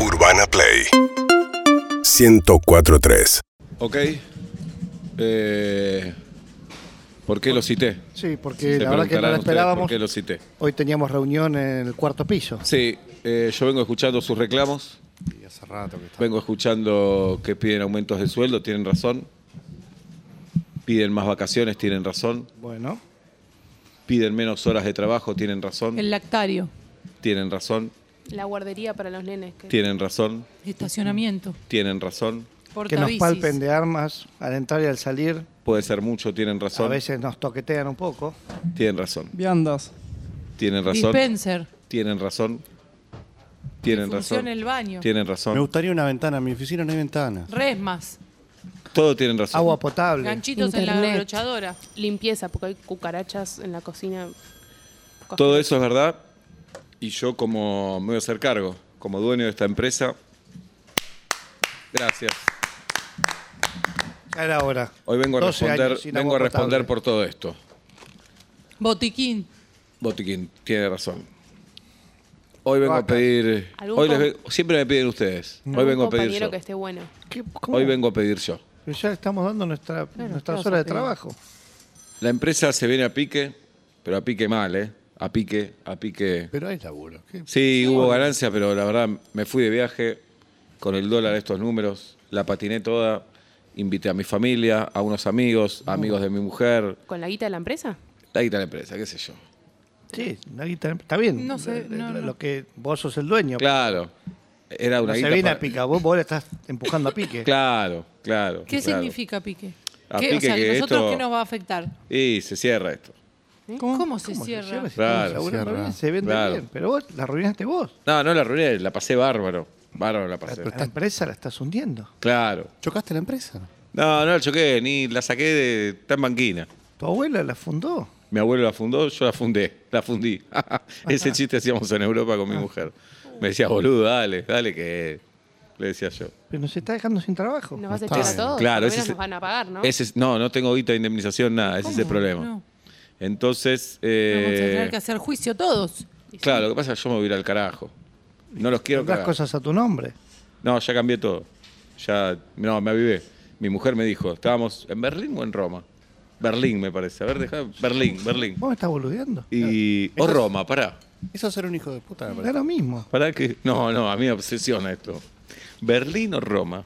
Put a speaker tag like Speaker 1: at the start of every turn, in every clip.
Speaker 1: Urbana Play 1043.
Speaker 2: Ok. Eh, ¿Por qué lo cité?
Speaker 3: Sí, porque
Speaker 2: Se
Speaker 3: la verdad que
Speaker 2: preguntarán
Speaker 3: no
Speaker 2: ustedes
Speaker 3: la
Speaker 2: ¿Por
Speaker 3: esperábamos.
Speaker 2: qué lo cité?
Speaker 3: Hoy teníamos reunión en el cuarto piso.
Speaker 2: Sí, eh, yo vengo escuchando sus reclamos,
Speaker 4: hace rato que está.
Speaker 2: vengo escuchando que piden aumentos de sueldo, tienen razón. Piden más vacaciones, tienen razón.
Speaker 3: Bueno,
Speaker 2: Piden menos horas de trabajo, tienen razón.
Speaker 5: El lactario,
Speaker 2: Tienen razón,
Speaker 6: La guardería para los nenes. que-
Speaker 2: tienen razón,
Speaker 5: estacionamiento,
Speaker 2: tienen razón.
Speaker 3: que nos palpen de armas al entrar y al salir.
Speaker 2: Puede ser mucho, tienen
Speaker 3: A
Speaker 2: razón.
Speaker 3: veces nos toquetean un poco.
Speaker 2: Tienen razón,
Speaker 7: Viandas.
Speaker 2: tienen razón.
Speaker 5: dispenser,
Speaker 2: Tienen razón. Tienen razón.
Speaker 5: funciona el baño,
Speaker 2: Tienen razón.
Speaker 4: Me gustaría una ventana, en mi oficina no hay ventanas.
Speaker 5: resmas,
Speaker 2: Todo tienen razón.
Speaker 3: Agua potable.
Speaker 5: ganchitos en la
Speaker 6: Internet.
Speaker 5: brochadora.
Speaker 6: Limpieza, porque hay cucarachas en la cocina.
Speaker 2: Todo eso es verdad. Y yo como me voy a hacer cargo, como dueño de esta empresa. Gracias.
Speaker 3: Ya era hora.
Speaker 2: Hoy vengo a
Speaker 3: 12 años
Speaker 2: responder,
Speaker 3: sin
Speaker 2: vengo a
Speaker 3: agua
Speaker 2: responder
Speaker 3: potable.
Speaker 2: por todo esto.
Speaker 5: Botiquín,
Speaker 2: Botiquín tiene razón. Hoy vengo a
Speaker 3: Vaca.
Speaker 2: pedir.
Speaker 6: ¿Algún
Speaker 2: Hoy les
Speaker 6: com-
Speaker 2: ve- siempre me piden ustedes. Hoy
Speaker 6: Un
Speaker 2: vengo a pedir
Speaker 6: compañero
Speaker 2: yo.
Speaker 6: que esté bueno.
Speaker 3: ¿Qué- cómo?
Speaker 2: Hoy vengo a pedir yo.
Speaker 3: Pero ya estamos dando nuestra, nuestras
Speaker 6: ¿qué
Speaker 3: horas
Speaker 6: vas a
Speaker 3: de
Speaker 6: pedir?
Speaker 3: trabajo.
Speaker 2: La empresa se viene a pique, pero a pique mal, ¿eh? A pique, a pique.
Speaker 4: Pero hay laburo. ¿qué?
Speaker 2: Sí, hubo ganancia, pero la verdad me fui de viaje con el dólar a estos números, la patiné toda, invité a mi familia, a unos amigos, amigos de mi mujer,
Speaker 6: ¿Con la guita de la empresa?
Speaker 2: la guita de la empresa, qué sé yo.
Speaker 3: Sí, la guita- está bien.
Speaker 5: No sé,
Speaker 3: Lo-
Speaker 5: no,
Speaker 3: lo,
Speaker 5: no.
Speaker 3: lo que vos sos el dueño.
Speaker 2: Claro, era
Speaker 3: No
Speaker 2: una
Speaker 3: se
Speaker 2: guita.
Speaker 3: viene
Speaker 2: para-
Speaker 3: a pica, vos, vos le estás empujando a pique.
Speaker 2: Claro, claro.
Speaker 5: ¿qué
Speaker 2: claro.
Speaker 5: significa pique?
Speaker 2: A
Speaker 5: ¿Qué-
Speaker 2: pique
Speaker 5: o sea,
Speaker 2: que
Speaker 5: nosotros
Speaker 2: esto-
Speaker 5: qué nos va a afectar?
Speaker 2: Y se cierra esto.
Speaker 5: ¿Eh? ¿Cómo, se
Speaker 3: ¿Cómo
Speaker 5: cierra?
Speaker 3: Si
Speaker 2: Claro,
Speaker 3: estamos laburando
Speaker 4: cierra.
Speaker 3: bien, se vende
Speaker 2: Claro.
Speaker 3: bien, pero vos la arruinaste vos.
Speaker 2: No, no la arruiné, la pasé bárbaro. Bárbaro la pasé.
Speaker 3: La empresa la estás hundiendo.
Speaker 2: Claro.
Speaker 4: ¿Chocaste la empresa?
Speaker 2: No, no la choqué, ni la saqué de tan banquina.
Speaker 3: Tu abuela la fundó.
Speaker 2: Mi abuelo la fundó, yo la fundé, la fundí. Ese chiste hacíamos en Europa con mi mujer. Me decía, boludo, dale, dale que... Le decía yo.
Speaker 3: Pero nos está dejando sin trabajo.
Speaker 6: ¿Nos vas a
Speaker 4: está
Speaker 6: echar a
Speaker 4: bien.
Speaker 6: todos?
Speaker 2: Claro,
Speaker 6: Por lo
Speaker 2: ese
Speaker 6: menos
Speaker 2: es-
Speaker 6: nos van a pagar, ¿no?
Speaker 2: Ese es- no, no tengo guita de indemnización, nada, ese es el
Speaker 5: ¿Cómo?
Speaker 2: problema.
Speaker 5: No.
Speaker 2: Entonces,
Speaker 5: Vamos a
Speaker 2: eh,
Speaker 5: tener que hacer juicio todos.
Speaker 2: claro, lo que pasa es que yo me voy a ir al carajo. No los quiero
Speaker 3: Pondrás
Speaker 2: cagar.
Speaker 3: cosas a tu nombre.
Speaker 2: No, ya cambié todo. Ya, no, me avivé. Mi mujer me dijo, estábamos en Berlín o en Roma. Berlín, me parece. A ver, deja, Berlín, Berlín.
Speaker 3: Vos me estás boludeando.
Speaker 2: Y, o Roma, pará.
Speaker 4: Eso es ser un hijo de puta, me
Speaker 3: Da
Speaker 4: parece.
Speaker 3: lo mismo.
Speaker 2: ¿Para que No, no, a mí me obsesiona esto. ¿Berlín o Roma?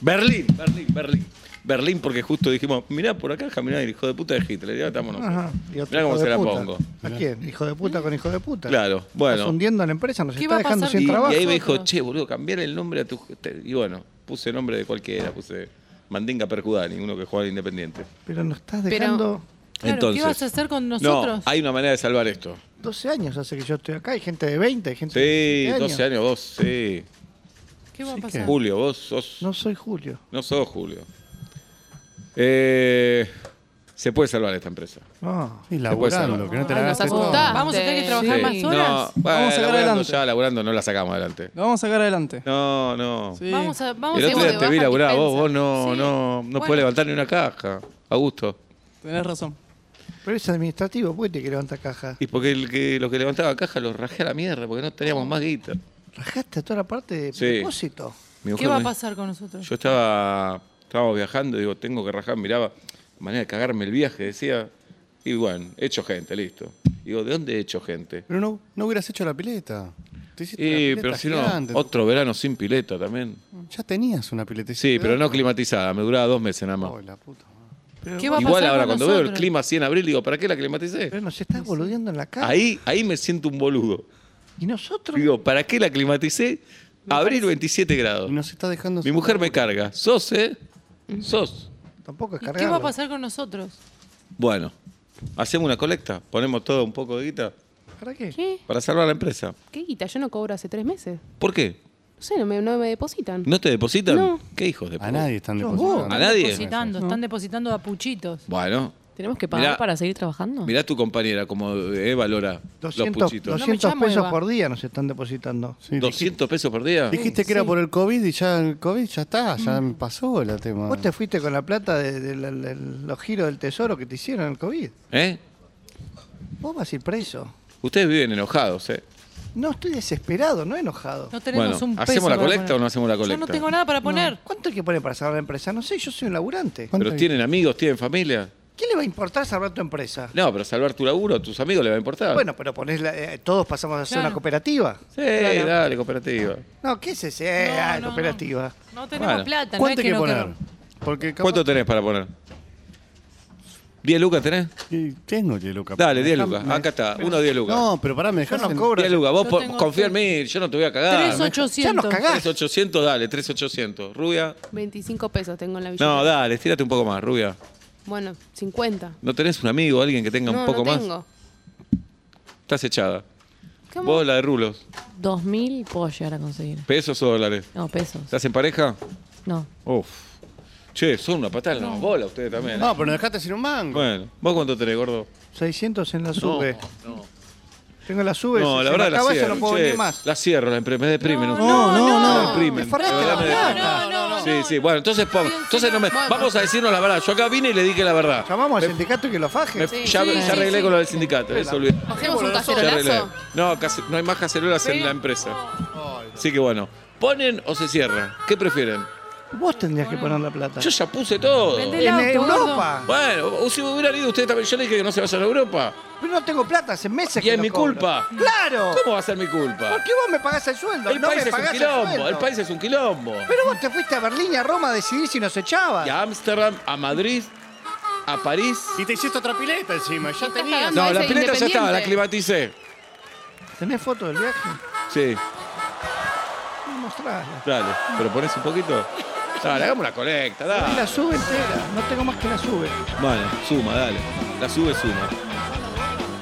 Speaker 2: Berlín, Berlín, Berlín. Berlín, porque justo dijimos, mirá por acá caminaba el hijo de puta de Hitler, ya estamos
Speaker 3: Ajá.
Speaker 2: nosotros.
Speaker 3: y otro
Speaker 2: Mirá cómo
Speaker 3: hijo
Speaker 2: se
Speaker 3: de
Speaker 2: la
Speaker 3: puta.
Speaker 2: pongo.
Speaker 3: ¿A quién? Hijo de puta con hijo de puta.
Speaker 2: Claro,
Speaker 3: Estás
Speaker 2: bueno.
Speaker 3: hundiendo a la empresa, nos
Speaker 5: ¿Qué
Speaker 3: está
Speaker 5: va a
Speaker 3: dejando
Speaker 5: pasar?
Speaker 2: Y,
Speaker 3: sin
Speaker 2: y
Speaker 3: trabajo.
Speaker 2: ahí me dijo, che, boludo, cambiar el nombre a tu. te- Y bueno, puse nombre de cualquiera, puse Mandinga Percudani, uno que juega al Independiente.
Speaker 3: Pero nos estás
Speaker 6: Pero-
Speaker 3: dejando.
Speaker 5: Claro,
Speaker 2: Entonces,
Speaker 5: ¿qué vas a hacer con nosotros?
Speaker 2: No, hay una manera de salvar esto.
Speaker 3: 12 años hace que yo estoy acá. Hay gente de 20, hay gente
Speaker 2: Sí,
Speaker 3: de
Speaker 2: 12 años vos, sí.
Speaker 5: ¿Qué va a pasar?
Speaker 2: Julio, vos sos.
Speaker 3: No soy Julio.
Speaker 2: No sos Julio. Eh, se puede salvar esta empresa.
Speaker 3: No.
Speaker 4: Y
Speaker 2: salvar.
Speaker 4: laburando, que no te la
Speaker 6: Ah,
Speaker 4: hagas
Speaker 6: nos
Speaker 4: esto.
Speaker 6: asustás.
Speaker 5: Vamos a tener que trabajar
Speaker 2: Sí.
Speaker 5: más horas.
Speaker 2: No, bueno,
Speaker 7: Vamos a sacar
Speaker 2: laburando
Speaker 7: adelante.
Speaker 2: ya, laburando, no la sacamos adelante.
Speaker 7: Lo vamos a sacar adelante.
Speaker 2: No, no.
Speaker 7: Sí.
Speaker 5: Vamos a, vamos
Speaker 2: El otro
Speaker 5: a
Speaker 6: hacemos
Speaker 2: día
Speaker 6: de
Speaker 2: te vi
Speaker 6: baja
Speaker 2: laburar, vos,
Speaker 6: dispensa.
Speaker 2: vos no,
Speaker 5: Sí.
Speaker 2: no, no
Speaker 5: Bueno.
Speaker 2: podés levantar ni una caja. A gusto.
Speaker 7: Tenés razón.
Speaker 3: Pero es administrativo, ¿por qué te que levanta caja?
Speaker 2: Y porque el que, los que levantaba caja los rajé a la mierda, porque no teníamos más guita.
Speaker 3: Rajaste toda la parte de
Speaker 2: Sí.
Speaker 3: propósito.
Speaker 2: Mi
Speaker 5: ¿Qué
Speaker 2: mujer
Speaker 5: va a
Speaker 2: me-
Speaker 5: pasar con nosotros?
Speaker 2: Yo estaba, estábamos viajando, digo, tengo que rajar, miraba, manera de cagarme el viaje, decía. Y bueno, he hecho gente, listo. Digo, ¿de dónde he hecho gente?
Speaker 4: Pero no, no hubieras hecho la pileta. Te hiciste una
Speaker 2: Y,
Speaker 4: pileta
Speaker 2: pero si no,
Speaker 4: gigante.
Speaker 2: otro verano sin pileta también.
Speaker 4: Ya tenías una pileta.
Speaker 2: Sí, pero no climatizada, me duraba dos meses nada más.
Speaker 4: Ay, la puta madre.
Speaker 5: ¿Qué va a
Speaker 2: Igual
Speaker 5: pasar
Speaker 2: ahora
Speaker 5: con
Speaker 2: cuando veo el
Speaker 5: nosotros?
Speaker 2: clima así en abril, digo, ¿para qué la climaticé?
Speaker 3: Pero nos estás boludeando en la cara.
Speaker 2: Ahí, ahí me siento un boludo.
Speaker 3: Y nosotros.
Speaker 2: Digo, ¿para qué la climaticé? Abril 27 grados.
Speaker 4: Y Mm. nos está dejando...
Speaker 2: Mi mujer me carga. ¿Sos, eh? ¿Sos?
Speaker 3: Tampoco es
Speaker 5: ¿Y ¿Qué va a
Speaker 3: cargarlo.
Speaker 5: pasar con nosotros?
Speaker 2: Bueno, hacemos una colecta, ponemos todo un poco de guita
Speaker 3: ¿Para qué?
Speaker 6: ¿Qué?
Speaker 2: para salvar la empresa.
Speaker 6: ¿Qué guita? Yo no cobro hace tres meses.
Speaker 2: ¿Por qué?
Speaker 6: No sé, no me, no me depositan.
Speaker 2: ¿No te depositan?
Speaker 6: No.
Speaker 2: ¿Qué hijos de puta?
Speaker 4: A nadie están
Speaker 3: No,
Speaker 4: depositando.
Speaker 3: vos.
Speaker 2: ¿A nadie?
Speaker 5: Depositando, están depositando a puchitos.
Speaker 2: Bueno,
Speaker 8: ¿Tenemos que pagar
Speaker 2: Mirá.
Speaker 8: para seguir trabajando?
Speaker 2: mirá tu compañera como eh, valora los
Speaker 3: 200,
Speaker 2: puchitos.
Speaker 3: 200
Speaker 5: No me llamo
Speaker 3: pesos
Speaker 5: Eva.
Speaker 3: por día nos están depositando.
Speaker 4: Sí, dijiste-
Speaker 2: 200 pesos por día.
Speaker 4: Dijiste que era por el COVID y ya el COVID ya está, ya pasó el tema.
Speaker 3: Mm. Vos te fuiste con la plata de, de la- la- los giros del tesoro que te hicieron en el COVID.
Speaker 2: ¿Eh?
Speaker 3: Vos vas a ir preso.
Speaker 2: Ustedes viven enojados, ¿eh?
Speaker 3: No, estoy desesperado, no enojado.
Speaker 5: No tenemos
Speaker 2: Bueno,
Speaker 5: un peso
Speaker 2: ¿hacemos la
Speaker 5: para
Speaker 2: colecta
Speaker 5: poner.
Speaker 2: o no hacemos la colecta?
Speaker 5: Yo no tengo nada para poner.
Speaker 3: ¿Cuánto hay que poner para salvar la empresa? No sé, yo soy un laburante.
Speaker 4: ¿Cuánto
Speaker 2: Pero
Speaker 4: hay?
Speaker 2: tienen amigos, tienen familia.
Speaker 3: ¿Quién le va a importar salvar tu empresa?
Speaker 2: No, pero salvar tu laburo, a tus amigos le va a importar.
Speaker 3: Bueno, pero ponés la- eh, todos pasamos a ser
Speaker 5: Claro.
Speaker 3: una cooperativa.
Speaker 2: sí, dale, cooperativa.
Speaker 4: Ah,
Speaker 3: No, ¿qué es ese? Eh,
Speaker 5: No,
Speaker 3: ah,
Speaker 5: no,
Speaker 3: cooperativa.
Speaker 5: No tenemos
Speaker 2: Bueno.
Speaker 5: plata, no es
Speaker 3: ¿Cuánto
Speaker 5: que,
Speaker 3: hay que
Speaker 5: no
Speaker 3: poner?
Speaker 5: queramos.
Speaker 4: Porque capaz-
Speaker 2: ¿Cuánto tenés para poner? ¿10 lucas tenés?
Speaker 4: Sí, Tengo 10 lucas.
Speaker 2: Dale, 10
Speaker 4: Dejame-
Speaker 2: lucas. Acá está, uno de 10 lucas.
Speaker 4: No, pero pará, me
Speaker 3: Yo
Speaker 4: dejas
Speaker 3: no cobro.
Speaker 2: 10 lucas. Vos
Speaker 5: Yo
Speaker 2: po-
Speaker 5: tengo
Speaker 2: confía en mí, yo no te voy a cagar.
Speaker 3: Ya nos
Speaker 5: 3800.
Speaker 3: cagás.
Speaker 2: 3800, dale, 3800. Rubia.
Speaker 6: 25 pesos tengo en la billetera.
Speaker 2: No, dale, estírate un poco más, Rubia.
Speaker 6: Bueno, 50.
Speaker 2: ¿No tenés un amigo, alguien que tenga
Speaker 6: no,
Speaker 2: un poco
Speaker 6: no
Speaker 2: más?
Speaker 6: tengo.
Speaker 2: Estás echada.
Speaker 6: ¿Cómo?
Speaker 2: Vos la de rulos.
Speaker 1: 2.000 puedo llegar a conseguir.
Speaker 2: ¿Pesos o dólares?
Speaker 1: No, pesos.
Speaker 2: ¿Estás en pareja?
Speaker 1: No.
Speaker 2: Uf. Che, son una patada en las bolas ustedes también. ¿eh?
Speaker 4: No, pero nos dejaste sin un mango.
Speaker 2: Bueno, ¿vos cuánto tenés, gordo?
Speaker 3: 600 en la sube. Tengo la sube.
Speaker 2: No,
Speaker 3: Pues, si
Speaker 2: la
Speaker 3: se me
Speaker 2: verdad la
Speaker 3: acaba, ya
Speaker 2: cierro.
Speaker 3: no puedo
Speaker 2: che.
Speaker 3: vender más.
Speaker 2: La cierro, la empresa, me deprime. No,
Speaker 4: No, no,
Speaker 2: Me
Speaker 4: no.
Speaker 2: deprimen.
Speaker 3: Te forraste
Speaker 2: La verdad me
Speaker 3: la
Speaker 2: deprimen.
Speaker 3: plata.
Speaker 5: No, no,
Speaker 2: Sí, sí, bueno, entonces pon- entonces no me, vamos a decirnos la verdad. Yo acá vine y le dije la verdad.
Speaker 3: Llamamos al sindicato que lo faje.
Speaker 2: Me- ya,
Speaker 6: sí,
Speaker 2: ya
Speaker 6: sí,
Speaker 2: arreglé
Speaker 6: sí.
Speaker 2: con lo del sindicato, eso olvidé.
Speaker 6: ¿Cogemos un
Speaker 2: Ya arreglé.
Speaker 6: cacerolazo?
Speaker 2: No, case- no hay más cacerolas en la empresa. Así que bueno, ¿ponen o se cierra? ¿Qué prefieren?
Speaker 3: Vos tendrías que poner la plata.
Speaker 2: Yo ya puse todo.
Speaker 5: Vendela.
Speaker 3: En
Speaker 5: El auto,
Speaker 3: Europa.
Speaker 2: Bueno, o si hubieran ido ustedes también, yo le dije que no se vayan a Europa.
Speaker 3: Pero no tengo plata, hace meses
Speaker 2: Y
Speaker 3: que
Speaker 2: es
Speaker 3: no
Speaker 2: mi
Speaker 3: cobro.
Speaker 2: culpa.
Speaker 3: ¡Claro!
Speaker 2: ¿Cómo va a ser mi culpa?
Speaker 3: Porque vos me pagás el sueldo,
Speaker 2: El
Speaker 3: no
Speaker 2: país
Speaker 3: me
Speaker 2: es un
Speaker 3: pagás el,
Speaker 2: quilombo,
Speaker 3: sueldo.
Speaker 2: el país es un quilombo.
Speaker 3: Pero vos te fuiste a Berlín y a Roma a decidir si nos echabas.
Speaker 2: Y a Ámsterdam, a Madrid, a París.
Speaker 4: Y te hiciste otra pileta encima, ya tenías.
Speaker 6: cagando.
Speaker 2: No,
Speaker 6: ese
Speaker 2: la pileta ya estaba,
Speaker 6: independiente.
Speaker 2: la climaticé.
Speaker 3: ¿Tenés foto del viaje?
Speaker 2: Sí,
Speaker 3: Mostrala.
Speaker 2: dale. ¿Pero ponés un poquito? Dale, hagamos la colecta,
Speaker 3: Y
Speaker 2: dale.
Speaker 3: la sube entera, no tengo más que la sube.
Speaker 2: Bueno, suma, dale. La sube, suma.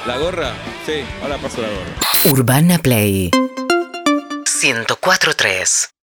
Speaker 2: ¿La gorra? Sí, ahora paso la gorra.
Speaker 8: Urbana Play 104.3